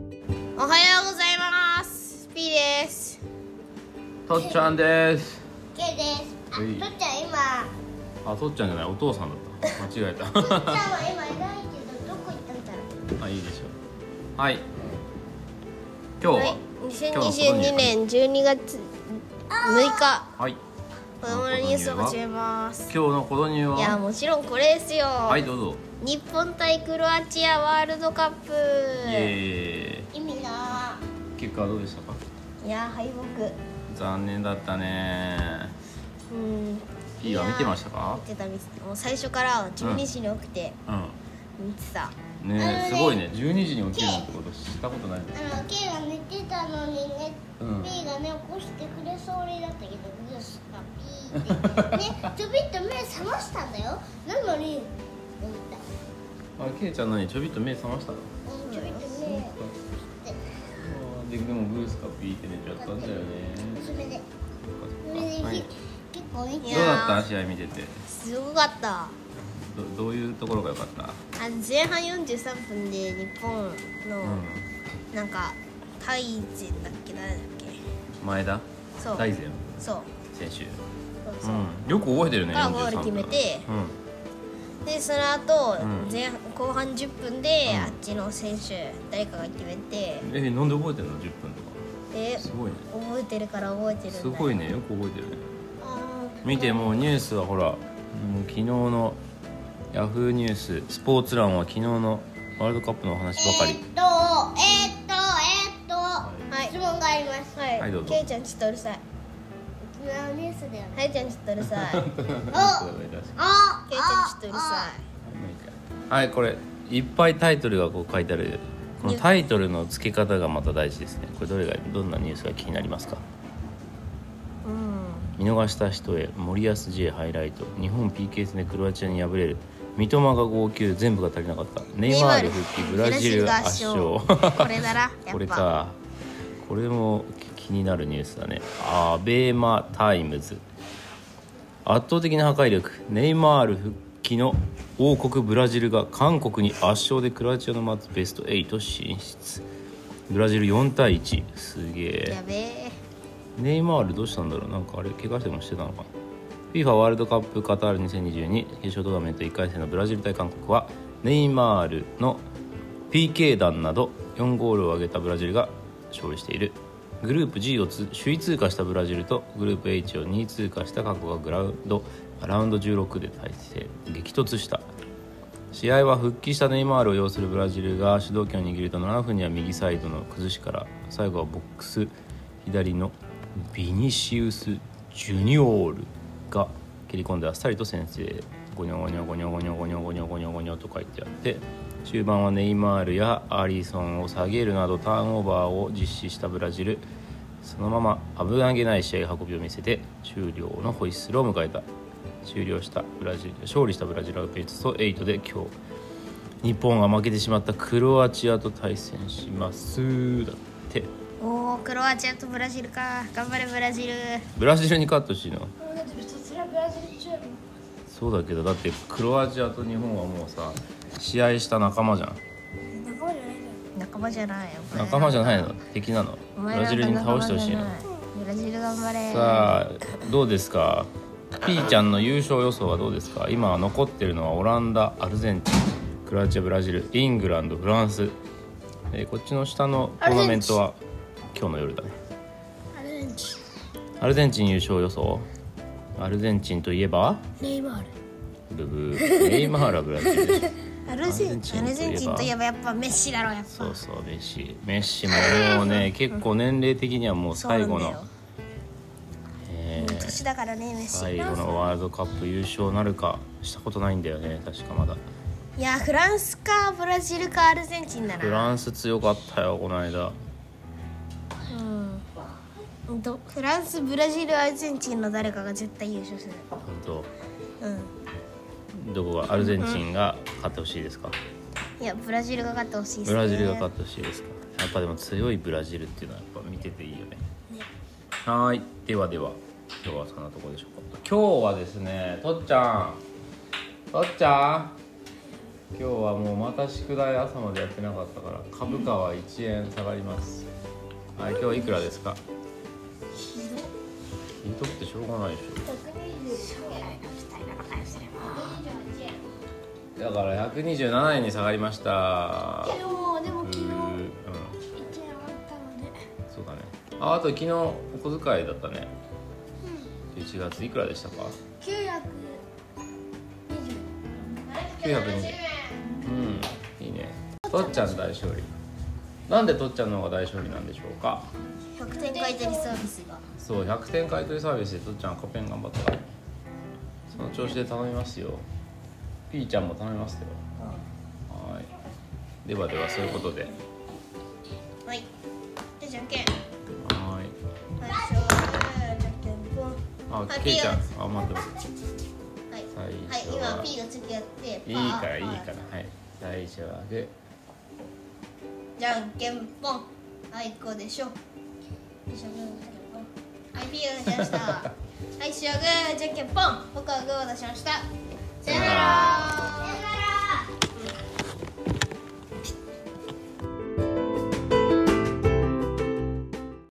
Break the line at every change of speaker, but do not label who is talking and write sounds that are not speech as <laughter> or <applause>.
おはようございます。ピーです。
とっちゃんです
ケイです。あ、と
はい
っちゃん今、
あとっちゃんじゃないお父さんだった間違えた
とっちゃ
<laughs>
んは今いないけどどこ行ったんだろう。
あいいでしょうはい今日は
はい、2022年12月6日、
はい
子供のニュースを始めます。
今日のコロニュー
いや、
は
もちろんこれですよ。
はいどうぞ
日本対クロアチアワールドカップ。
イエ
意味
ー
な。
イ結果はどうでしたか
いや、敗北。
残念だったね
うん。
ピーは見てましたか
見てた見てたもう最初から12時に起きて
う
見てた、
ん
あ
ね
のね
えすごいね12時に起きるなんてことしたことないね
あのケイが寝てたのにね、
うん
ピーがね起こしてくれそうになったけどグースがピーっ
<laughs>
てねちょびっと目覚ましたんだよ。なのに、うんだ
あれケイちゃん何ちょびっと目覚ましたの
うんちょびっと目
あででもブースカピーって寝ちゃったんだよね
それでそれで、
はい
け結構ね
い
ど
や
うだった試合見てて
すごかった
どどういうところが良かった
あの前半43分で日本の、
うん
なんか大前だっけ誰だっけ
前田
そう
大然
そう
選手
そう
う
そう、
んよく覚えてるね
がゴール決めてでその後、
うん
前後半10分で、
うん
あっちの選手誰かが決めて
うん、えなんで覚えてるの10分とか
です
ごいね
覚えてるから覚えてるんだ
すごい
ね
ねよく覚えてるね見てもうニュースはほらもう昨日のヤフーニューススポーツ欄は昨日のワールドカップのお話ばか
え
り
ーっとえーっとえーっと、
はい
質問があります。
はい、
はいどうぞ
けいちゃんちょっとうるさい
昨日のニュースだよね。
はいちゃんちょっとうる
<laughs>
さいけいちゃんち
ああ、
ょっとうるさ
はいこれいっぱいタイトルがこう書いてあるこのタイトルの付け方がまた大事ですねこれどれがどんなニュースが気になりますか
いうん
見逃した人へ森保 J ハイライト日本 PK 戦でクロアチアに敗れる三笘が号泣全部が足りなかったネイマール復帰ブラジルが圧勝
これだなやっぱ
これかこれも気になるニュースだねアベマタイムズ圧倒的な破壊力ネイマール復帰の王国ブラジルが韓国に圧勝でクロアチアの待つベスト8進出ブラジル4対1すげえ
やべえ
ネイマールどうしたんだろうなんかあれ怪我してもしてたのかな FIFA ワールドカップカタール2022決勝トーナメント1回戦のブラジル対韓国はネイマールの PK 弾など4ゴールを挙げたブラジルが勝利しているグループ G をつ首位通過したブラジルとグループ H を2位通過した韓国がグラウンドラウンド16で対戦激突した試合は復帰したネイマールを擁するブラジルが主導権を握ると7分には右サイドの崩しから最後はボックス左のビニシウス・ジュニオールが蹴り込んであっさりと先制ゴニョゴニョゴニョゴニョゴニョゴニョゴニョゴニョと書いてあって終盤はネイマールやアリソンを下げるなどターンオーバーを実施したブラジルそのまま危なげない試合運びを見せて終了のホイッスルを迎えた終了したブラジル勝利したブラジルはベスト8で今日日本が負けてしまったクロアチアと対戦しますだって
おおクロアチアとブラジルか頑張れブラジル
ブラジルに勝ってほしいな
だってひたすらブラジルチーム。
そうだけどだってクロアチアと日本はもうさ試合した仲間じゃん
仲間じゃないんだよ。
仲間じゃないよこれ
仲間じゃないの敵なの
お
ブ
前ら
ラジルに倒してほしいの
仲間じゃないブラジル頑張れ
さあどうですかピーちゃんの優勝予想はどうですか今残ってるのはオランダアルゼンチンクロアチアブラジルイングランドフランス、えーこっちの下のトーナメントは今日の夜だね
アルゼンチ
アルゼンチン優勝予想アルゼンチンといえば
ン、ネイマール。
ブブーネイマールはブラジルでしょ
アルゼンチン
ア
ア
ル
ル
ゼ
ゼ
ン
ン
チ
チ
ン
ン
と
と
い
い
え
えばやっぱメッシだろやっぱ
そうそうメッシメッシももうね結構年齢的にはもう
そうな
最
んだ
後
よ
の、えー
年だからねメッシ
最後のワールドカップ優勝なるかしたことないんだよね確かまだ。
いやフランスかブラジルかアルゼンチンだ
フ
な
ランス強かったよこの間
うんとフランスブラジルアルゼンチンの誰かが絶対優勝する
本当
うん
どこがアルゼンチンが勝ってほしいですか、
いやブラジルが勝ってほしいですね
ブラジルが勝ってほしいですかやっぱでも強いブラジルっていうのはやっぱ見てていいよねはーいではでは今日はそんなとこでしょうか今日はですねとっちゃんとっちゃん今日はもうまた宿題朝までやってなかったから株価は1円下がります、はい、今日いくらですかひどくてしょうがないでしょだから127円に下がりました
でもでも
う
昨
ー
日一
ん
円あったので
そうだねああと昨日お小遣いだったね1月いくらでしたか
九百
920うんいいねとっちゃん大勝利なんでとっちゃんの方が大勝利なんでしょうか
百点買い取りサービスが
そう100点買い取りサービスでとっちゃん赤ペン頑張ったからその調子で頼みますよピーちゃんも頼みますよはーいではではそういうことで
はいでじゃんけん
はーい
最初はじゃんけんぽん
あ
はい
ケイちゃん
ピ
あ待って待って
はいは
最
い
初は
今ピーが次やってパ
いい
ー
からいいからはい最初はグー
じゃんけんぽんはいこうでしょでしょグーじゃんけんぽんはいピーが出しました <laughs> はいしょグーじゃんけんぽん僕はグーを出しましたさよなら